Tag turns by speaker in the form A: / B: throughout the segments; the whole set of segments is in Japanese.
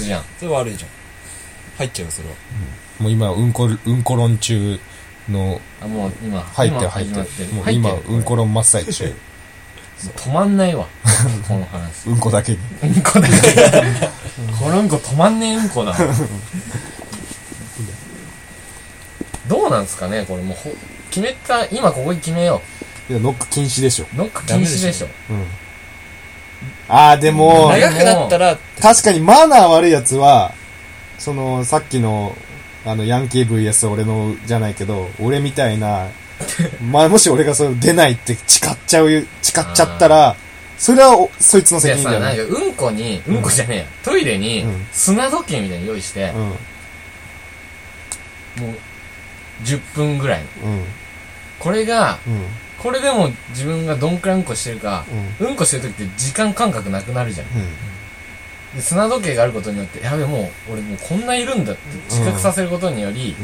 A: じゃん。それ悪いじゃん。入っちゃうよ、それは。
B: もう今、うんこ、うんこ論中の、
A: あ、もう今、
B: 入ってる
A: 今
B: 入って
A: 始ま
B: る。もう今、
A: 入ってる
B: うんこ論真っ最中。
A: 止まんない わ。この話。
B: うんこだけに。
A: うんこだけ。このうんこ止まんねえうんこだ。どうなんすかねこれもうほ、決めた、今ここに決めよ
B: いや、ノック禁止でしょ。
A: う。ノック禁止でしょ。
B: うん。あー、でも、
A: ね
C: 長くなったら、
B: 確かにマナー悪いやつは、その、さっきの、あの、ヤンキー VS 俺の、じゃないけど、俺みたいな、まあ、もし俺がそれ出ないって誓っちゃう、誓っちゃったら、それはお、そいつの
A: いや
B: 責任
A: さ、
B: だよ
A: なん
B: ね。
A: かうんこに、うんこじゃねえや。トイレに
B: うん
A: 砂時計みたいに用意して
B: う、ん、
A: もう、10分ぐらいの。
B: うん、
A: これが、
B: うん、
A: これでも自分がどんくらいうんこしてるか、
B: うん、
A: うんこしてる時って時間感覚なくなるじゃん。
B: うん。
A: で、砂時計があることによって、やべ、もう、俺もうこんないるんだって自覚させることにより、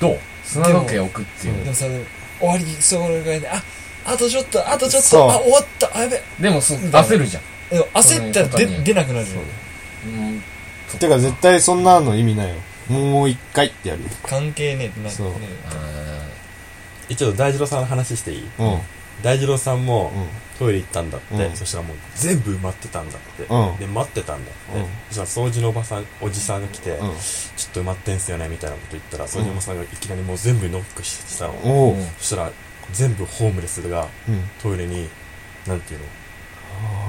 A: どう砂時計置くっていう。
C: でもさ、でも終わりそうぐらいで、あ、あとちょっと、あとちょっ
B: そう
C: と、あ、終わった、あ、やべ。
A: でも、そう、
C: みたいな
A: 焦るじゃん。
C: でも焦ったら
A: そういうこと
C: 出
A: に
C: 出なくなるよ。
A: うん。そっか
B: てか、絶対そんなの意味ないよ。もう一回ってやるよ。
C: 関係ねえってなって
B: そう
C: ね。
A: あー
D: えちょっと大二郎さんの話していい
B: うん、うん、
D: 大二郎さんも
B: うん、
D: トイレ行ったんだって、
B: うん
D: そしたらもう全部埋まってたんだって、
B: うん
D: で待ってたんだって、
B: うん
D: そしたら掃除のおばさんおじさんが来て、
B: うん。
D: ちょっと埋まってんすよねみたいなこと言ったら掃除のおばさんがいきなりもう全部ノックしてたの、
B: おう、
A: うん
D: そしたら全部ホームレスが
B: う
D: トイレになんていうの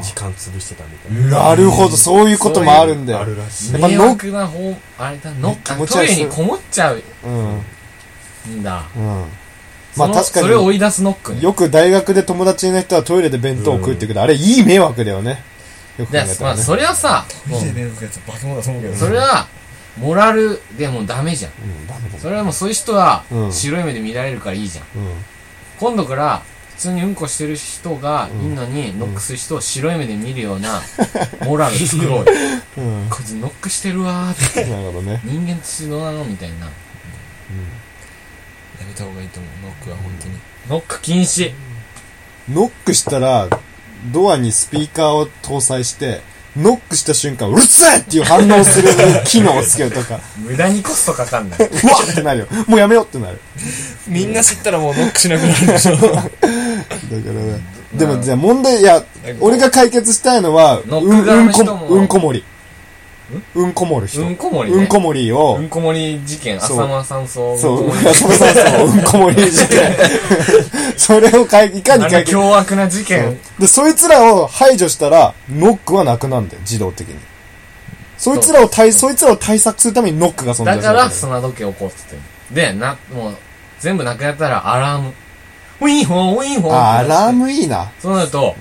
D: 時間潰してたみたい
B: ん。
D: な
B: なるほど、そういうこともあるんだ
D: あ
B: よ。
D: るらしい
B: やっぱノッ
A: 迷惑な方、あれだ、ノ
B: 気
A: ッ
B: 持
A: ク、
B: ち悪
A: ト
B: い
A: イレにこもっちゃう
B: うん、うん。
A: んだ。
B: まあ
A: その
B: 確かに
A: それを追い出すノックね。
B: よく大学で友達いない人はトイレで弁当を食うって言うけど、あれいい迷惑だよね。よく考
A: で
B: えた
A: ま
B: ら
A: あ、
B: ね。
A: それはさ、
C: 見てねえやつ化け物だと思うけど。
A: それは、モラルでもダメじゃん。
B: うん、ダメだ
A: それはもうそういう人は
B: う、ん
A: 白い目で見られるからいいじゃん。
B: う
A: 今度から、普通にうんこしてる人がいんのに、ノックする人を白い目で見るよう な、モラル作ろうよ。
B: ん。うん。な
A: こいつノックしてるわーって。
B: るほどね。
A: 人間としてどうなのみたいな。
C: やめた方がいいと思う、ノックは本当に。
A: ノック禁止。
B: ノックしたら、ドアにスピーカーを搭載して、ノックした瞬間、うるせえっていう反応する機能をつけるとか、
A: 無駄にコストかかんない。
B: うわってなるよ。もうやめようってなる。
C: みんな知ったらもうノックしなくなるで しょ。
B: だからね。でもじゃあ問題、いや、俺が解決したいのは、
A: ノ
B: う
A: ック
B: ん、
A: 側
B: うん
A: の人も
B: こ、うんこ盛り。うんこ盛る人。
A: うんこ盛りね
B: うんこ盛り
A: う
B: を
A: ん、こ盛り事件、
B: そう
A: 浅間山荘。
B: そう、
A: うん
B: う
A: こ
B: ん
A: 盛
B: そうそうそう、うんこ盛り事件。 それをかいいか
A: り
B: に
A: あの
B: 解決。
A: 凶悪な事件。
B: で、そいつらを排除したら、ノックはなくなるんだよ、自動的に。そいつらを対、そいつらを対策するためにノックが存在
A: だ
B: する。
A: から、砂時計起こうっつってんので、な、もう、全部なくなったらアラーム。ウィンホン、ウィンホン。
B: あ、アラームいいな。
A: そうなると、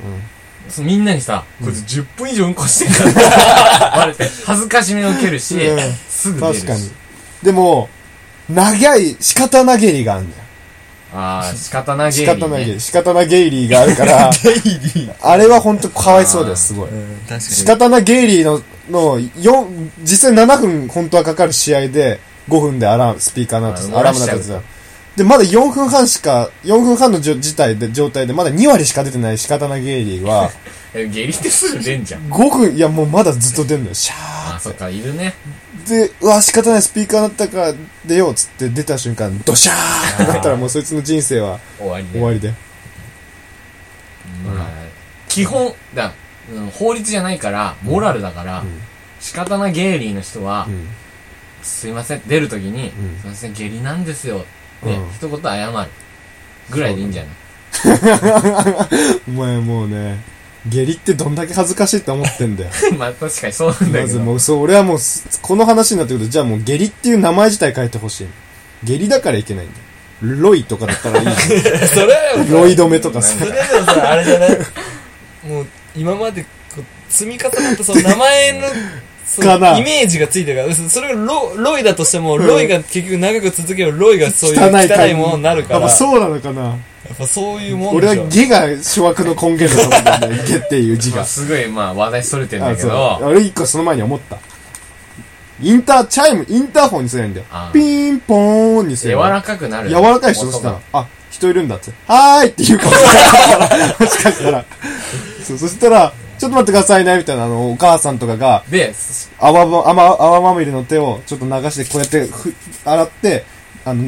A: そみんなにさ、こいつ10分以上うんこしてる から、バレて、恥ずかしめを受けるし、
B: うん
A: すぐ出るし。
B: 確かに。でも、長い、仕方なげりがあるんだよ。
A: ああ、仕方なげ
B: 仕
A: いね、
B: 方なげり、仕方なげりがあるから、あれは本当かわいそうだよ、すごい。
C: うん、確か
B: 仕方なゲイリーの、の、よ、実際7分本当はかかる試合で、5分でアラーム、スピーカーなんて
A: あ、
B: アラームなんてやつだ。で、まだ4分半しか、4分半のじょ事態で、状態で、まだ2割しか出てない仕方なゲイリーは、
A: え、下痢ってすぐ出んじゃん。
B: 5分、いやもうまだずっと出んのよ、シャ
A: あ、そっか、いるね。
B: ーで、うわ、仕方ないスピーカーだったから出ようっつって出た瞬間、ドシャーってなったらもうそいつの人生は
A: 終わりね。
B: 終わりで。
A: まあ、基本、だ、うん法律じゃないから、モラルだから、
B: ん
A: 仕方なゲイリーの人は
B: う、ん。
A: すいません、出るときに、
B: うん
A: すいません、下痢なんですよ。って、
B: うん
A: 一言謝る。ぐらいでいいんじゃない
B: お前もうね、ゲリってどんだけ恥ずかしいって思ってんだよ。
A: まあ確かにそうなんだ
B: ま
A: け
B: ず
A: ど。
B: もう、そう、俺はもうす、この話になってくると、じゃあもう下痢っていう名前自体変えてほしい。下痢だからいけないんだよ。ロイとかだったらいい。
C: に。それは でも
B: ロイ止めとかさ
C: そ。れでもさ、あれじゃないもう、今までこう積み重なったその名前 の、その
B: かな
C: イメージがついてるから、そそれがロロイだとしても、ロイが結局長く続けばロイがそういう汚い
B: 感じ
C: ものになるか
B: やっ
C: ら、
B: ぱ
C: や
B: そうなのかな
C: っぱそういうもん
B: 俺
C: でしょ。
B: は下が諸悪の根源だと思うんだよね。下っていう字
A: まあ
B: が。
A: すごい、まあ話題それてんだけ
B: そう。
A: ど、
B: 俺一個その前に思った。インター、チャイム、インターホンにすればいいんだよ
A: あ。ー
B: ピンポーンにす
A: 柔
B: ればいい
A: らかくなる。
B: 柔らかい人そしたら、あ、 人いるんだって。はーいって言うかもしれない。もしかしたら。そうそしたら、ちょっと待ってくださいね、みたいな、あの、お母さんとかが、
A: で、す
B: 泡ば、泡、泡まみれの手をちょっと流して、こうやってふ、洗って、あの、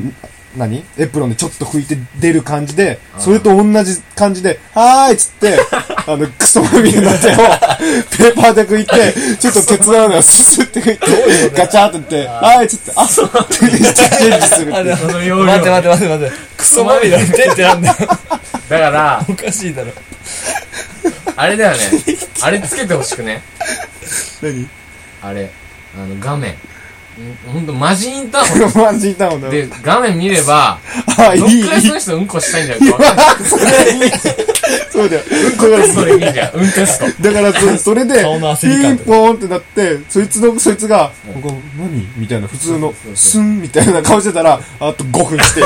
B: 何エプロンでちょっと拭いて出る感じで、それと同じ感じで、はーいっつ って、あの、クソまみれの手を、ペーパーで拭いて、ちょっとケツの穴をすすって拭いて、ガチャーってって、はーいっつって、あっそうって言ってチェンジするっていう。
A: その要領。
C: 待って待って待って待って。クソまみれの手ってなんだよ。
A: だから、
C: おかしいだろ。
A: あれだよね。あれつけてほしくね。
B: 何
A: あれ。あの、画面。んほんと、マジインターホ
B: ロマンジンタウン
A: ン。
B: だよ。
A: で、画面見れば、
B: あ、いい、
A: ど
B: い
A: っ
B: い
A: く。らいその人うんこしたいんだよ。わかんない
B: そうだよ。
A: それいいじゃん。うんテスト。
B: だからそ、それで、
C: 顔の焦り
B: ピ
C: 感
B: ン
C: とか
B: ポーンってなって、そいつの、そいつが、ここ、何みたいな、普通の、スンみたいな顔してたら、あと5分して、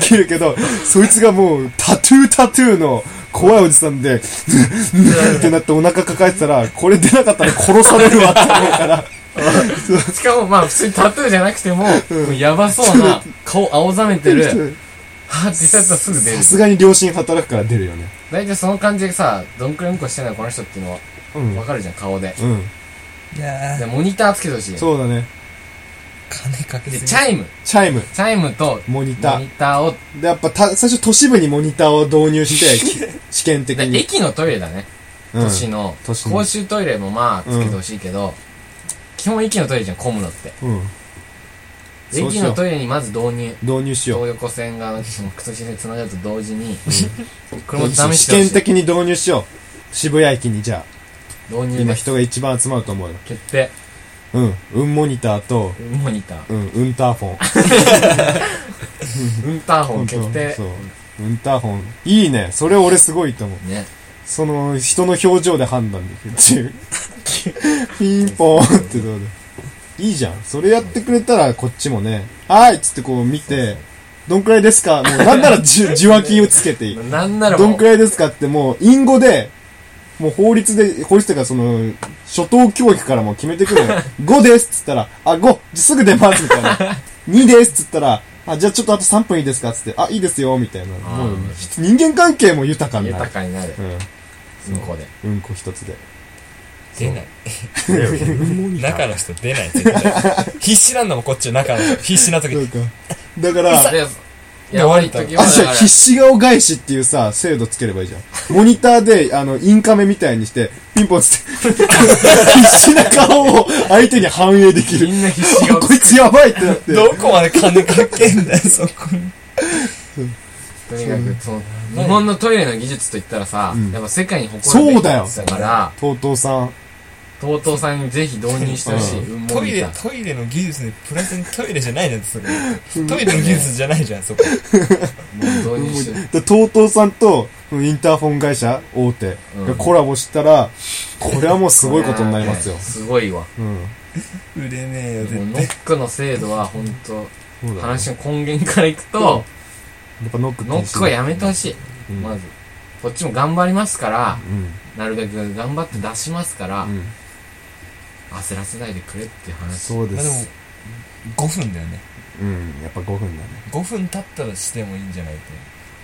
B: 切るけど、そいつがもう、タトゥータトゥーの、怖いおじさんで、ってなってお腹抱えてたら、これ出なかったら殺されるわって思うから、
A: しかもまあ普通にタトゥーじゃなくても、もうやばそうな顔青ざめてる、はぁってしたやつはすぐ出る
B: さ。すがに良心働くから出るよね。
A: 大体その感じでさ、どんくらいうんこしてんだよこの人っていうのは
B: うん
A: わ。かるじゃん、顔で。
B: うん。
C: いや
A: で、モニターつけてほしい。
B: そうだね。
C: 金かけ
A: で、
C: すぎ
A: チャイム。
B: チャイム、
A: チャイムと、
B: モニタ
A: モ
B: ー
A: ニ。ターを、
B: で、やっぱた、最初都市部にモニターを導入 して、き試験的
A: で
B: に。
A: 駅のトイレだね。
B: うん
A: 都市の。
B: 都市の
A: 公衆トイレもまあ、つけてほしいけど、基本駅のトイレじゃん、混むのって。
B: うん。
A: で
B: そうし
A: 駅
B: よう
A: のトイレにまず導入。
B: 導入しよう。
A: 東横線が、その靴下に繋がると同時に、これも試してほしい。
B: 試験的に導入しよう。渋谷駅にじゃあ、
A: 導入
B: 今
A: です。
B: 人が一番集まると思うよ。
A: 決定。
B: うん。運モニターと、
A: モニター。
B: うん、運ターフォン。
A: ウンターホン決定。
B: そう。運ターフォン。いいね。それ俺すごいと思う。
A: ね。
B: その、人の表情で判断できるっ ていう。ピンポーンってどうだ。いいじゃん。それやってくれたらこっちもね、はーいっつってこう見て、どんくらいですかもうなんなら じゅ受話器をつけていい。
A: なんなら
B: ど
A: も
B: ん
A: う
B: く、らいですかってもう、隠語で、もう法律で、法律というかその、初等教育からもう決めてくる のよ。5ですっつったら、あ、5! すぐ出ますみたいな。2ですっつったら、あ、じゃあちょっとあと3分いいですかっつって、あ、いいですよみたいな。
A: あー
B: もう、人間関係も豊かにな
A: 豊
B: る。
A: かになる。うんこで。
B: うん。うんこ一つで。
C: 出ない。
D: うん
C: 中の人出ない、絶対。必死なんだもん、こっち中の人。必死な時
B: そ
C: に。
B: うか。だから、
A: で、
C: で
A: やばい時は、
B: あ、
A: だ
B: じゃ
A: か
B: あ
A: ら
B: 必死顔返しっていうさ、制度つければいいじゃん。モニターで、あの、インカメみたいにして、ピンポンつって、 必死な顔を相手に反映できる
A: み。んな必死が
B: こいつやばいってなって。
C: どこまで金かけんだよ、そこに。
A: とにかく、その、日本のトイレの技術といったらさ
B: うん、
A: やっぱ世界に誇るべき
B: そ
A: だから、
B: とうとうさん。
A: とうとうさんにぜひ導入してほしい。
B: う
A: うん、
C: トイレ、
A: モニター
C: トイレの技術で、プラスにトイレじゃないじゃん、そこ。トイレの技術じゃないじゃん、そこ。
A: もう導入してほしい。
B: で、とうとうさんと、インターフォン会社、大手
A: うん
B: がコラボしたら、これはもうすごいことになりますよ
A: ね。すごいわ。も
B: うん。
C: 売れねえよ、
A: う
C: 絶
A: ノ
C: 対。
A: ックの精度は本当
B: そうだね。
A: 話の根源からいくと、
B: やっぱノック
A: ノックはやめてほしい。
B: うん
A: まず。こっちも頑張りますから、
B: うん。
A: なるべく頑張って出しますから
B: う、ん。
A: 焦らせないでくれっていう話。
B: そうで。
C: まあですも、5分だよね。
B: うん。やっぱ5分だね。
C: 5分経ったらしてもいいんじゃないと。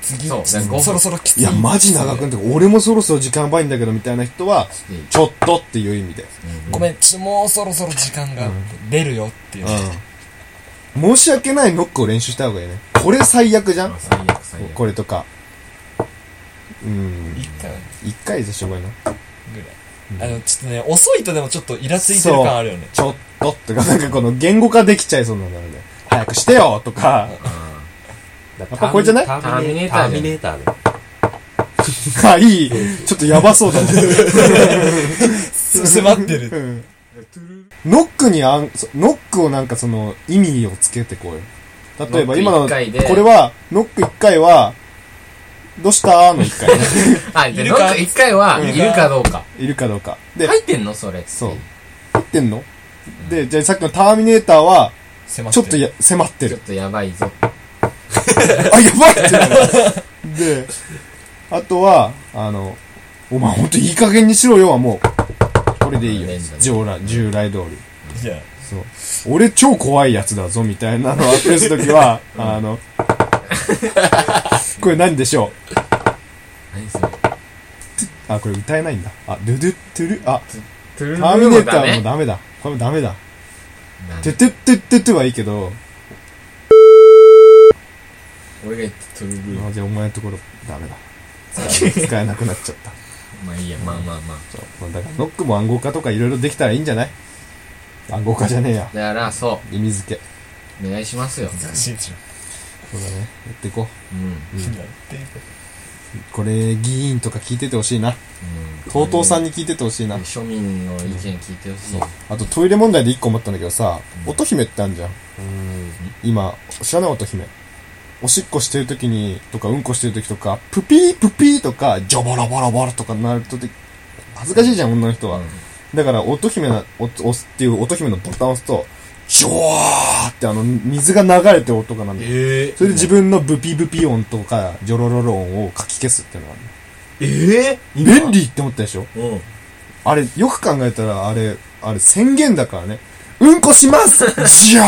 C: 次、
A: そう
C: ちょっと
A: 5分
C: そろそろきつい。
B: いや、マジ長くんとか、俺もそろそろ時間ばいんだけど、みたいな人は、
A: いい
B: ちょっとっていう意味で。
C: ごめん、ちょ、もうそろそろ時間が出るよっていう。
B: うん。申し訳ないノックを練習した方がいいね。これ最悪じゃん
A: あ最悪最悪。
B: これとか。うん。
C: 一回
B: 一回でしょぼいな。
C: ぐらい。あの、ちょっとね、遅いとでもちょっとイラついてる感あるよね。
B: ちょっとってか、なんかこの言語化できちゃいそうなので、早くしてよとか、
D: やっ
B: ぱこれじゃない
D: ターミネータ
A: タ
D: ー
A: ー
D: ミ
A: ミ
D: ネ
A: ネ
D: ーター で。
B: あ、いい、ちょっとやばそうだ ね。
C: 迫って る。
B: うんノックにあん、そノックをなんかその意味をつけてこうよ。例えば今の、
A: ノック一
B: こ
A: 回で
B: れは、ノック1回は、どうしたーの1回、
A: あ、で、
C: いる
A: ノ
C: か
A: ック一回は、
C: うん
A: いるかどうか。
B: いるかどうか。で、
A: 入ってんのそれ。
B: そう。合ってんので、じゃあさっきのターミネーターは、
C: 迫って
B: ちょ
C: る。
B: っとや迫って
A: ちょ
B: る
A: っ。とやばいぞ。
B: あ、やばいってなるで、あとは、あの、お前ほんといい加減にしろよはもう、これでいいよ
A: 連打。で
B: 従来、従来通り。
C: いや、
B: そう。俺超怖いやつだぞ、みたいなのをアップするとき は、あの、これ何でしょう
A: 何それ。
B: あ、これ歌えないんだ。あ、ドゥドゥットゥル、あ、
A: トゥル
B: タ
A: ル
B: ーミ
A: ル
B: ネ
A: も
B: ータ
A: ダ
B: ーも
A: メ
B: ダメだ。これもダメだ。
A: なんで
B: トゥトゥットゥットゥットゥはいいけど、
A: 俺が言ったトゥルルル
B: あじゃあお前のところダメだ。使え使えなくなっちゃった。
A: まあいいやまあまあまあ
B: そうだからノックも暗号化とかいろいろできたらいいんじゃない暗号化じゃねえや。
A: だからそ
B: 意味付け。
A: うお願いしますよ
C: 難しいじ
B: そうだね。やっていこう。
A: うん
C: ゃん。
B: うん
C: やっていく
B: これ、議員とか聞いててほしいな。
A: う
B: TOTO さん
A: に
B: に聞いててほしいな。
A: 庶民の意見聞いてほしい
B: あとトイレ問題で一個思ったんだけどさ、
A: うん
B: 乙姫ってあるじゃん。
D: うん。
B: 今、知らない乙姫。おしっこしてる時に、とか、うんこしてる時とか、プピープピーとか、ジョボロボロボロとかなるとで、恥ずかしいじゃん、女の人は。だから、乙姫な、お押すっていう乙姫のボタンを押すと、ジョワーってあの、水が流れてる音がなんだよ。
C: ええ
B: それで自分のブピブピ音とか、ジョロロロ音をかき消すっていうのがある
C: え
B: の。便利って思ったでしょ
C: うん。
B: あれ、よく考えたら、あれ、あれ宣言だからね。うんこします じゃ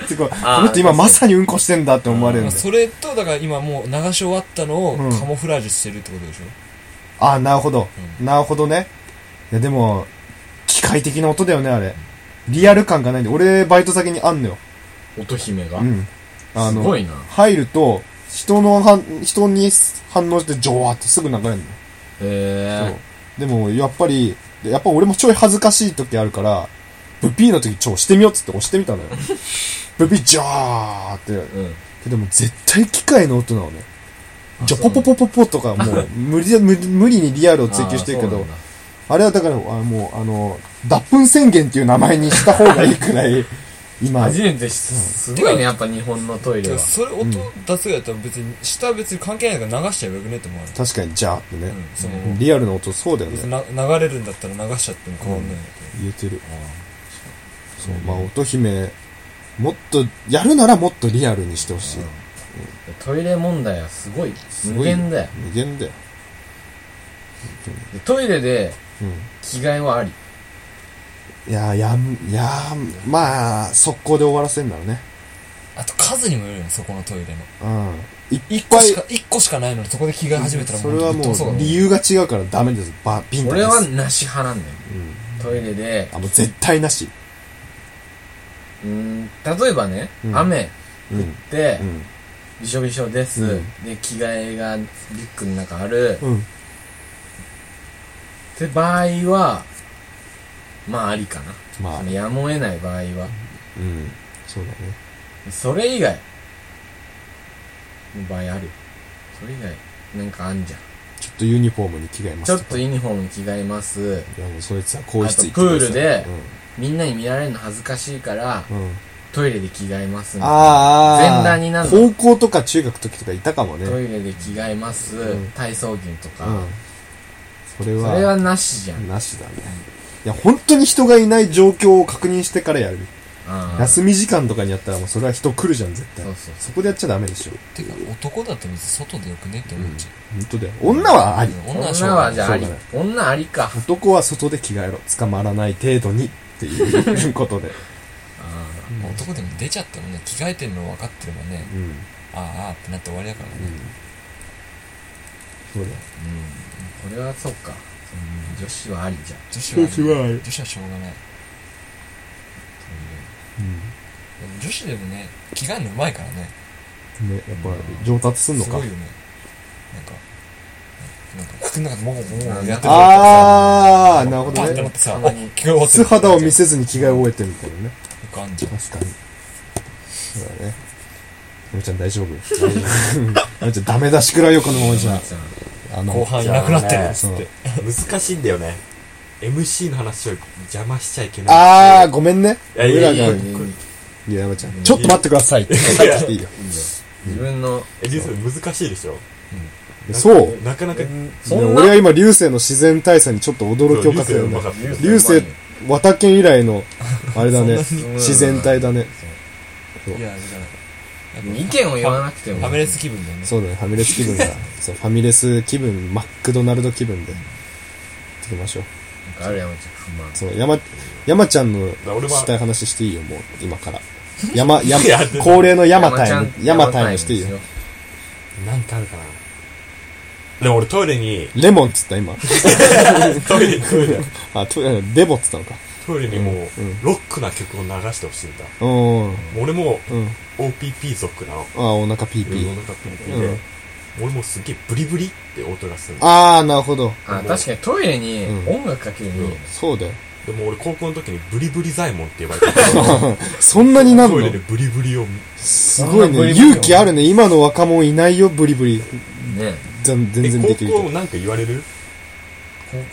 B: ーってこう、こ
A: あー
B: の人今まさにうんこしてんだって思われるん
C: まあ
B: だよ。
C: それと、だから今もう流し終わったのを
B: うん
C: カモフラージュしてるってことでしょ
B: ああ、なるほど。なるほどね。いや、でも、機械的な音だよね、あれ。リアル感がないんで、俺、バイト先にあんのよ。
A: 乙姫が
B: うん。あ
A: す
B: の、
A: ごいな
B: 入ると、人の反、人に反応して、ジョワーってすぐ流れるの。
A: へ
B: そう。でも、やっぱり、でやっぱ俺もちょい恥ずかしい時あるから、ブピーの時、ちょ、押してみようっつって押してみた のよ。ブピー、ジャーって。
A: えうん
B: でも、絶対機械の音なのね。じゃ、
A: そう
B: ポ
A: なの
B: ポポポポとか、もう、無理や、無無理にリアルを追求してるけ
A: あー
B: ど、あれはだから、あもう、あの、脱粉宣言っていう名前にした方がいい
A: そ
B: くらい、
A: うなんだ
B: 今、
A: 初めて知ったすごいねやっぱ日本のトイレ
C: でも
A: は
C: それ音出すぐらいだったら別に、下は別に関係ないから流しちゃえばよくねって思われる。
B: 確かに、ジャーってね
C: う。ん。その、
B: リアルの音、そうだよ
C: 別
B: ね。
C: にな流れるんだったら流しちゃっても変わんない。
B: 言えてる。そう、まあ、乙姫、もっと、やるならもっとリアルにしてほしい。
A: トイレ問題はすごい
B: す
A: 無
B: ごい
A: 限だよ
B: 無限だよ。
A: でトイレで
B: うん。
A: 着替えはあり
B: いやー、やん、いやー、まあ、速攻で終わらせんだろうね。
C: あと数にもよるよね、そこのトイレの。
B: うん。い
C: 一個しか、一個しかないのにそこで着替え始めたら
B: それは
C: ぶっ
B: も
C: 飛ばそう
B: う、
C: だね
B: 理由が違うからダメです。ば、ピンとで
A: 俺
B: す。
A: はなし派なんだよ
B: うん。
A: トイレで
B: あ、もう絶対なし。
A: うーん例えばね
B: うん
A: 雨
B: うん。う
A: で
B: ん。
A: びしょびしょです
B: うん
A: で着替えがリュックの中ある
B: うん。
A: って場合はまあありかな
B: まあ
A: その、やむを得ない場合は
B: うん。そうだね。
A: それ以外の場合あるよそれ以外なんかあんじゃん
B: ちょっとユニフォームに着替えま
A: ち
B: す
A: ょ
B: か
A: っとユニフォーム着替えます
B: いや、もうそいつは更衣室行って
A: あとプールで
B: くださ
A: みんなに見られるの恥ずかしいから
B: いうん。うん。
A: トイレで着替えますみたいな
B: あー。
A: 全裸になる
B: 高校とか中学時とかいたかもね。
A: ト
B: うん。
A: イレで着替えます、
B: うん
A: 体操着とか、
B: それは。
A: それはなしじゃん、
B: なしだね。いや、本当に人がいない状況を確認してからやる。
A: あー
B: 休み時間とかにやったらもうそれは人来るじゃん、絶対
A: そう。そう
B: そこでやっちゃダメでしょ。
C: てか、男だと別に外でよくねって思っちゃ
B: 本当だよ。女はあり。
C: う。しょう
A: 女
C: がな
A: はいじゃああり
B: そうだね
A: 女ありか
B: 男は外で着替えろ。捕まらない程度に。っていうことで。
A: あ
C: 男でも出ちゃってもね、着替えてるの分かってればね、
B: うん。うん。
C: あーあーってなって終わりだからね。
B: そうだよ。
A: ーうんこれはそっか、うん女子はありじゃん
C: 女子は、
B: 女子はあり
C: 女子はしょうがない。でも女子でもね、着替えるのうまいからね。
B: うん。ね、やっぱ上達すんの
C: す
B: か
C: ごい。よね。なんか、なんか服の中でもごもごもごやってる
B: あー、なるほ
C: パンっ
B: ど
C: てなっ
B: ね。
C: てさ、
A: たま
C: あ
A: に
C: 着替え終わって
B: 素
C: る。
B: 肌を見せずに着替えを終えてみたいなね。
C: よくあんじゃん。
B: 確かに。そうだね。のみちゃん大丈夫大丈夫。のみちゃんダメ出しくらいよ、このままじゃ。
A: じゃあ
B: あの
C: 後半いなくなってるっつ
B: そ
C: っ
B: う
C: て。
D: 難しいんだよね。MC の話を邪魔しちゃいけない。
B: あー、ごめんね。
D: いやいやいや
B: 俺ら
A: う
B: が
A: ん
B: いや、山ちゃん。ちょっと待ってくださいって言ってきていいよ。
A: 自分の
D: え、実は難しいでしょ
B: そう。
D: なかなか、
A: そんな
B: 俺は今、流星の自然体操にちょっと驚きを
D: 流
B: かけ
D: 星
B: て
D: う
B: るん
D: ま
B: だ
D: か。ったよ。
B: 流星、綿剣以来の、あれだね。自然体だね。
C: いや、だから、
A: 意見を言わなくて
C: フ
A: も
C: ァミレス気分だよね。
B: そうだね、ファミレス気分だ。そう、ファミレス気分、マックドナルド気分で、行きましょう。
A: なんかある山ちゃん不満
B: そう、山、山ちゃんの
D: 俺は
B: したい話していいよ、もう、今から。山、山
D: いやで、も
B: 恒例の山
A: ち
B: タ
A: ゃ
B: イ
A: ん
B: ム、山タイムしていいよ。
A: 山タイムで
D: なんかあるかな。でも俺トイレに、
B: レモンっつった、今。
D: トイレに、トイレ、
B: あ、トイレ、デボっつったのか。
D: トイレにもう
B: うん、
D: ロックな曲を流してほしいんだ。
B: うん。
D: 俺も、
B: うん。
D: OPP 族なの。
B: あ、お腹ピー
D: 世
B: ピ
D: の
B: ー。
D: 中ピリピリ
B: う
D: で
B: ん。。
D: 俺もすげえブリブリって音がするの
B: あー、なるほど。
A: あ、確かにトイレに
B: うん
A: 音楽かけるのいいよね。
B: そうだよ。
D: でも俺高校の時にブリブリ左衛門って呼ばれてた。
B: そんなになん
D: ト
B: の
D: イレでブリブリを、
B: すご
A: そ
B: い
A: んなブリ
B: ね。
A: ブリよ
B: 勇気あるね。今の若者いないよ、ブリブリ。
A: ね
B: 全
D: え、
B: 然
D: 高
B: できる
D: 校
B: 人。
D: なんか言われる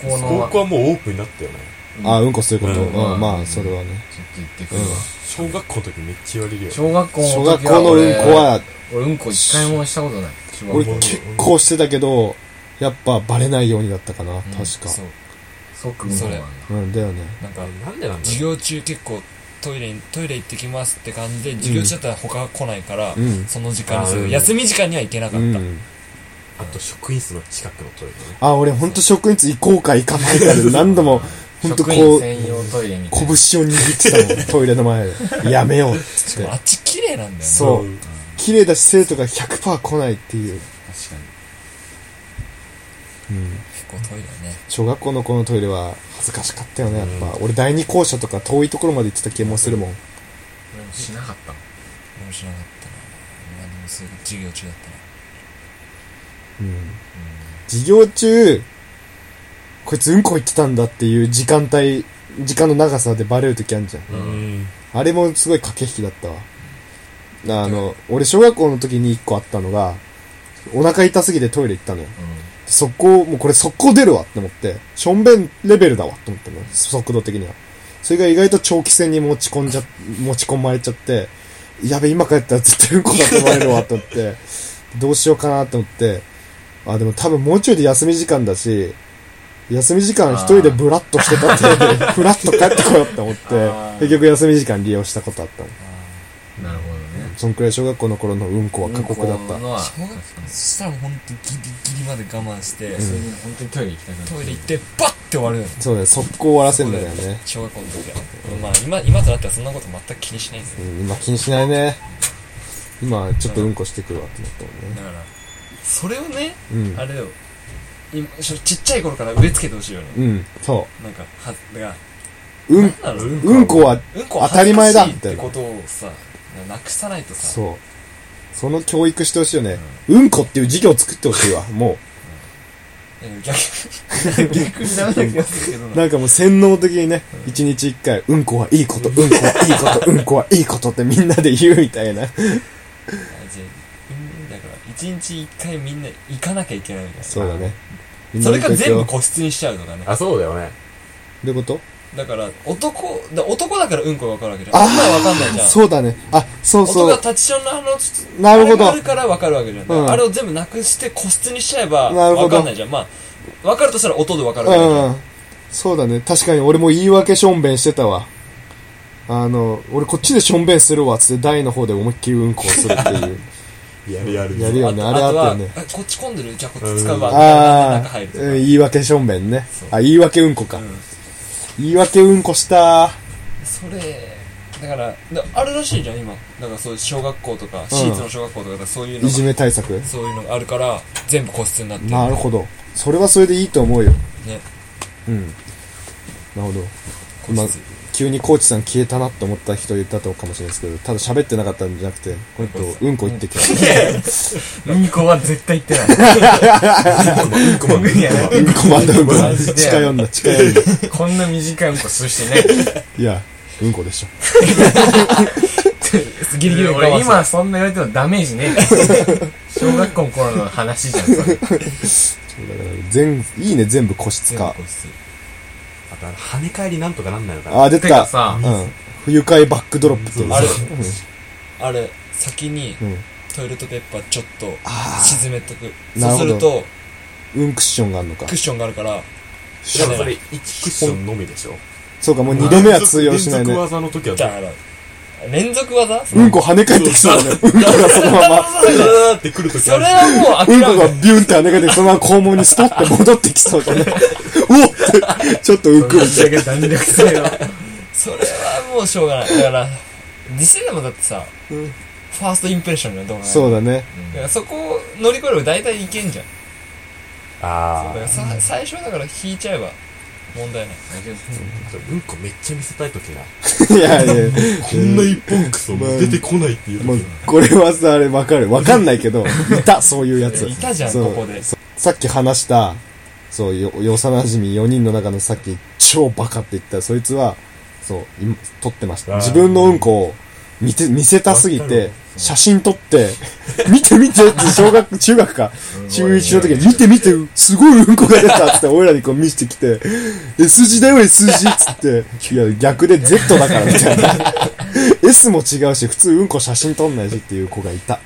A: 高校の。
D: 高校はもうオープンになったよね。
B: あ、うんこすること。
D: うん
B: うん、まあ、それはね。
A: ちょっと行ってくるわ。
D: 小学校の時めっちゃ言われるよ。
A: 小学校の
B: 小学
A: 時は
B: 校のうんこは、
A: 俺、俺うんこ一回もしたことない。小学
B: 俺
A: 校の時
B: 結構してたけど、やっぱバレないようにだったかな、確
C: そ
B: か。
C: う
A: 即うんこなんだ。
B: うん、だよね。
C: なんか
D: なんでなんだ
C: 授
D: ろう
C: 業中結構トイレにトイレ行ってきますって感じで授業中だったら他が来ないから、
B: うん
C: その時間にす
D: あう
C: る
D: ん
C: 休み時間には行けなか
B: う
C: った、
B: ん。
D: あと職員室の近くのトイレね。
B: あ、俺ほんと職員室行こうか行かないかで何度も、ほんと
A: 職
B: こ
A: 員
B: う、
A: 専用トイレみたい
B: 拳を
A: な。
B: 握ってたもん、トイレの前で。やめようっつって
C: あ。っち綺麗なんだよね
B: そう
D: うん
B: 綺麗だし生徒が100%来ないっていう。
A: 確か
B: うん。
C: 結構トイレはね
B: 小学校の子のトイレは恥ずかしかったよね、やっぱ。
D: う
B: 俺第二校舎とか遠いところまで行ってた気もするもん。
A: に。俺もしなかったもん。
C: 俺もしなかったな何でもする授業中だったら
B: うん。授業中、こいつうんこ行ってたんだっていう時間帯、時間の長さでバレるときあるじゃん。
D: うん。
B: あれもすごい駆け引きだったわ。あの、俺小学校の時に一個あったのが、お腹痛すぎてトイレ行ったのよ。速攻、もうこれ速攻出るわって思って、しょんべんレベルだわって思ったのよ。速度的には。それが意外と長期戦に持ち込んじゃ、持ち込まれちゃって、やべ、今帰ったら絶対うんこだと思われるわって思って、どうしようかなって思って、あ、でも多分もうちょいで休み時間だし、休み時間一人でブラッとして たって、ブラッと帰ってこようって思って
A: あ、ー
B: 結局休み時間利用したことあったの。
A: うん。なるほどね。
B: そんくらい小学校の頃のうんこは過酷だっ
A: うん
B: た
A: こ。のは
C: 小学校そしたらほんとギリギリまで我慢して、
A: 普通に本当にトイレ行きたくな。
C: トイレ行っててバッて終わるよね
B: そうだよ、速攻終わらせるんだよね。
C: 小学校の時は、まあ今今となってはそんなこと全く気にしないんです
B: う
C: よ
B: ん、今気にしないね。今、ちょっとうんこしてくるわってなったもんね。
C: だからそれをね
B: うん。
C: あれよ今ちっちゃい頃から植え付けてほしいよね
B: うん、そ
C: なんかはだから
B: う。うん、
C: なんだろう
B: うんこは、
C: うんこは
B: 当たり前だ
C: 恥ずかしいってことをさなくさないとさ
B: そう。その教育してほしいよね。うんこっていう授業を作ってほしいわ、も
C: え逆逆にダメな気がするけど
B: う。
C: な
B: なんかもう洗脳的にね、一日一回、うんこはいいこと、うんこはいいこと、うんこはいいことってみんなで言うみたいな。
C: あじゃあうんだから一日一回みんな行かなきゃいけないみたいな
B: そうだね。みんな
C: それが全
B: どう
C: 部個室にしちゃうのがね
D: あ、そうだよね。
B: いうこと
C: だから男だ男だからうんこが分かるわけじゃん女は分かんないじゃん
B: そうだね。あ、そう
C: 男
B: そ
C: が
B: う。
C: タチションのあの
B: なるほ
C: あ
B: ど
C: れがある。から分かるわけじゃん、
B: うん
C: あれを全部なくして個室にしちゃえば
B: なるほど
C: 分かんないじゃんまあ分かるとしたら音で分かるわけじゃ
B: う
C: ん、
B: ん。そうだね。確かに俺も言い訳しょんべんしてたわ。あの、俺こっちでしょんべんするわっつって台の方で思いっきりうんこをするっていう。
D: やるやる。
B: やるよね。あれあったよね。
C: とはあこっち混んでるじゃあこっち使うわみたいな
B: あ
C: 中
B: あ、
C: 入るとか
B: うん言い訳しょんべんね。あ、言い訳うんこか。
C: ん
B: 言い訳うんこした
C: それだからだあるらしいじゃん今だからそういう小学校とか私立の小学校とかだからそういうの
B: い
C: が
B: じめ対策。
C: そういうのがあるから全部個室になってる
B: なるほど。それはそれでいいと思うよ。
C: ね
B: うん。なるほど。
C: 個
B: 今
C: 室、
B: 急にコーチさん消えたなって思った人いたとかもしれないですけど、ただ喋ってなかったんじゃなくて、この人、うんこ言ってきた。
A: うんこは絶対行 ってない。
D: うんこも
A: 無理やね。
B: うんこまだうんこ
A: マジで
B: 近寄んな、近寄んな。
A: こんな短いうんこするしてね。
B: いや、うんこでしょ。
A: ギリギリ
C: 我慢する
A: 俺今そんな言われてもダメージねえから小学校の頃の話じゃん、それ。
B: だから全、いいね、全部個室
C: 全部
B: 化。
C: 個室
D: あとあの跳ね返りなんとかなんないのかな。
B: あ、出
A: て
B: た
A: か。さ
B: う、ん。不愉快バックドロップっていう
C: あれ
B: う
C: あれ先に
B: んうん。
C: トイレットペーパーちょっと
B: あ
C: 沈めとく
B: な
C: そ
B: る
C: うす
B: ほど
C: ると
B: ーうんクッションがあるのか
C: クッ。ションがあるから
D: しかもそれ1クッションのみでしょ。
B: そうか、もう二度目は通用しない
D: 連続
B: ね。
D: 技の時は
C: だから連続技
B: うんこ跳ね返ってきそうだね。うんこがそのまま。
D: ザーって来る 時
C: それ
D: ある
C: はもう
B: うん
C: 諦め
B: こが
C: る
B: ビュンって跳ね返って、そのまま肛門にスポッて戻ってきそうだね。おっってちょっと浮く。
A: ぶち上げ弾力性の。
C: それはもうしょうがないだから実際でもだってさ
B: うん
C: ファーストインプレッションじゃんどうも
B: そうだね。
C: だからそこを乗り越えれば大体いけんじゃんだ
D: あ
C: からさ最初はだから引いちゃえば問題ない
D: ーうんこめっちゃ見せたい時な
B: いやいや、
D: こんな一本クソ
B: まあ
D: 出てこないっていう時
B: まあ
D: な、
B: これはさ、あれわかる。わかんないけど、いた、そういうやつ。
C: いたじゃん
B: そう
C: ここで
B: そさっき話した、そう、よ、幼馴染4人の中のさっき、超バカって言った、そいつは、そう、今、撮ってました。
D: あー
B: 自分のうんこを、見て、見せたすぎ
D: わかる
B: て、写真撮って、見て見てって、小 学、中学か、中1の時に、見て見て、すごいうんこが出たっつって、俺らにこう見せてきて、S 字だよ S 字っつって、いや、逆で Z だからみたい な。S も違うし、普通うんこ写真撮んないしっていう子がいた。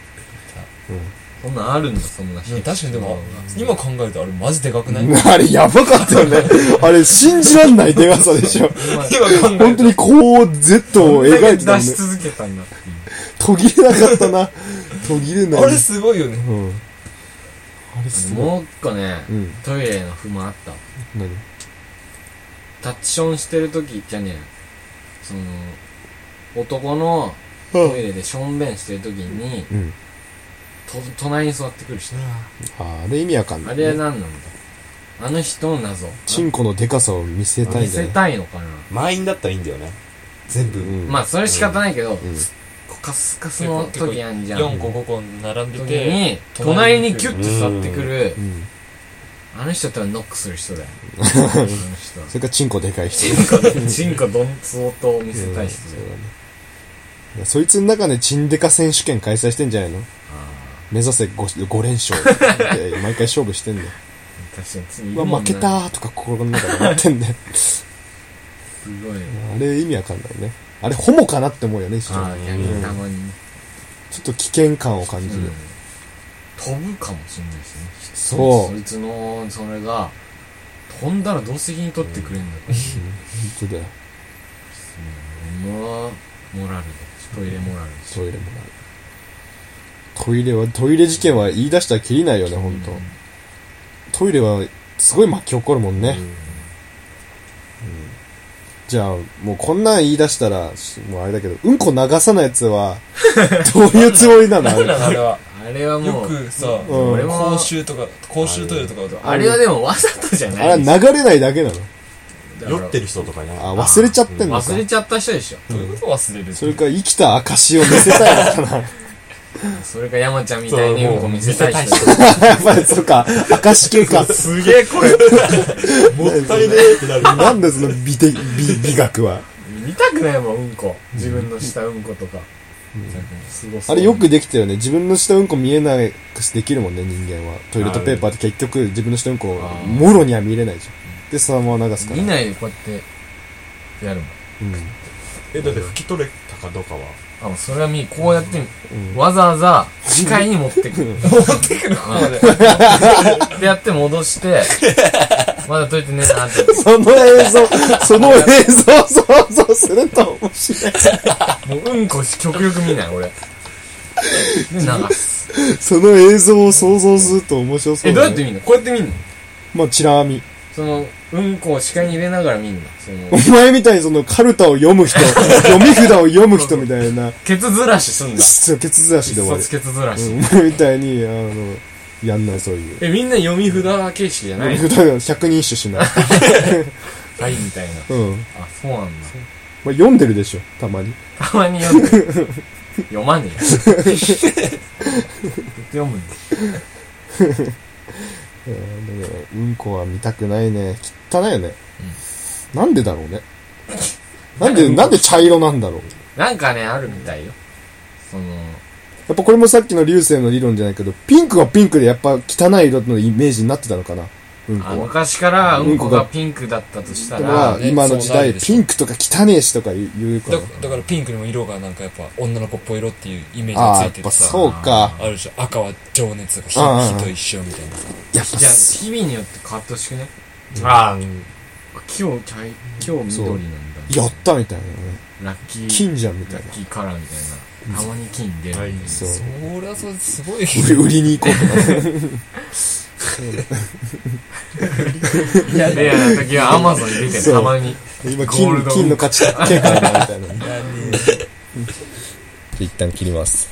A: そんなんあるんだ、そんな
C: でも確かにでも今考えるとあれマジでかくない
B: あれやばかったよね。 あれ信じらんないでかさでしょ。
C: 今考え
B: 本当にこう Z を
A: 今
B: 描い
A: 出
B: てたもんね
A: し。続けたんだって
B: 途切れなかったな。途切れない。
C: あれすごいよね
B: うん。あれ
A: いう
B: すごい。
A: もう一個ね、
B: うん。
A: トイレの不満あった。
B: 何
A: タッチションしてる時じゃねえその、男のトイ
B: あ
A: レでしょんべんしてる時に、
B: うん。
A: と、隣に座ってくる人。
B: あれ意味わかんな
A: あ
B: い
A: れは
B: ね。
A: 何なんだあの人の謎。
B: チンコのでかさを見せた
A: 見
B: いんだ
A: せ
B: ね。
A: たいのかな、
D: 満員だったらいいんだよね全部、
B: うん
A: まあ、それ仕方ないけど、
B: ん
A: カスカスの時あんじゃん。
C: 4個5個並んで
A: 時
C: て
A: に、隣にキュッと座ってくる
B: う、ん。
A: あの人だったらノックする人だよ。あの人は。
B: それからチンコでかい人。
A: チンコ、チンコどんつおと見せたい人だよ。
B: いやそいつの中でチンデカ選手権開催してんじゃないの目指せ 5, 五 連勝って毎回勝負してんだよ。
A: 確かに次いうるもんな、
B: わ、負けたーとか心の中で思ってんだ よ。
A: すごいね。
B: あれ意味わかんないね。あれホモかなって思うよね、一瞬。
A: ああ、逆にたまにね。
B: ちょっと危険感を感
A: う
B: じ
A: ん
B: る。
A: 飛ぶかもしれないしね。
B: そう
A: そいつの、それが、飛んだらどう責任取ってくれんだから。
B: 本当だよ。
A: もう、モラルで。トイレモラルで。
B: トイレもなる。トイレは、トイレ事件は言い出したらきりないよね、ほんと。トイレはすごい巻き起こるもんね。
D: うん
B: じゃあ、もうこんなん言い出したら、しもうあれだけど、うんこ流さないや つは、どういうつもりなのあ
C: 何
B: れ
C: なんあれは
A: あれは
C: よ
A: もう、
C: くさ
B: うん
A: 俺も
C: 公衆とか公衆トイレとかだと
A: あれはでもわざとじゃ
B: あれは
A: ない。
B: 流れないだけなの
A: だか
D: 酔
A: ら
D: ってる人とかね
B: あ、忘れちゃってんのか
A: 忘。れちゃった人でしょ。
C: どういうこと忘れる
B: それか生きた証を見せたいのかな。
A: それか山ちゃんみたいにうんこ見せたい人。
B: やっぱりそうか、証系か。
A: すげえこれ。
D: もったいねえってなる
B: なんでその美的美美学は。
A: 見たくないもん、うんこ。自分のしたうんことか。すごそう
B: あれよくできたよね。自分の下うんこ見えなくしできるもんね、人間は。トイレットペーパーって結局自分の下うんこを
A: あー
B: もろには見れないじゃん。で、そのまま流すから。
A: 見ないでこうやって、やるもん。
B: うん。
D: えだって拭き取れたかどうかは
A: あ、もうそれはみ、こうやって、
B: うん
A: わざわざ、機械に持ってくる。
C: 持ってくるここまで
A: でやって戻して、まだ解いてねえなって。
B: その映像、その映像想像すると面白
A: も
B: い。
A: ううんこし、極力見ない、俺。 で、流す。
B: その映像を想像すると面白そう、
A: え、
B: ね。
A: どうやって見んのこうやって見んの
B: まあ、チラ見。
A: その、うんこを視界に入れながら見んのその
B: お、前みたいにそのカルタを読む 人、読み札を読む人みたいな、
A: ケツずらしすんだ。
B: そう、ケツ出し
A: 一
B: で終わる
A: 冊。ケツずらし。
B: うんお前みたいに、あの、やんない、そういう。
A: え、みんな読み札形式じゃない
B: 普段100人一首しない。
A: はい、みたいな。
B: うん。
A: あ、そうなんだ。
B: まあ、読んでるでしょ、たまに。
A: たまに読んでる。読まねえよ。絶対 読むんだ。
B: うん、だからうんこは見たくないね。汚いよね。なんでだろうね。なんで、なんで茶色なんだろう。
A: なんかね、あるみたいよ。その、
B: やっぱこれもさっきの流星の理論じゃないけど、ピンクはピンクでやっぱ汚い色のイメージになってたのかな。うん
A: あ
B: こは。
A: 昔からうんこ
B: うんこが
A: がピンクだったとした
B: だ
A: ら、
B: から今の時代、
C: そうなんでしょ
B: ピンクとか汚えしとか言う言うか
C: だ
B: ら。
C: だからピンクにも色がなんかやっぱ女の子っぽい色っていうイメージ
B: あ
C: が
B: あ、
C: つ
B: や
C: い
B: ってぱ
C: てさ
B: そうか。
C: あるでしょ赤は情熱が火
B: ああ
C: 火と一緒みたいな
B: やっぱ
A: じゃあ、
B: す、
A: 日々によって変わってほしくね。
D: ああ
A: 今日、茶い今日緑なんだ。
B: やったみたいなね。
A: ラッキー、
B: 金じゃんみた
A: ラ
B: い
A: ッキーカラーみたいな。たまに金出る。
D: はい
B: そう
C: それはそれすごい
B: な。売り売りに行こうとか。
C: 嫌
A: レアな時はアマゾンに出て
B: そ
A: る、
B: う
A: たまに。ゴ
B: 今
A: ー
B: 金
A: ルド
B: 金の価値高いなみたいな。一旦切ります。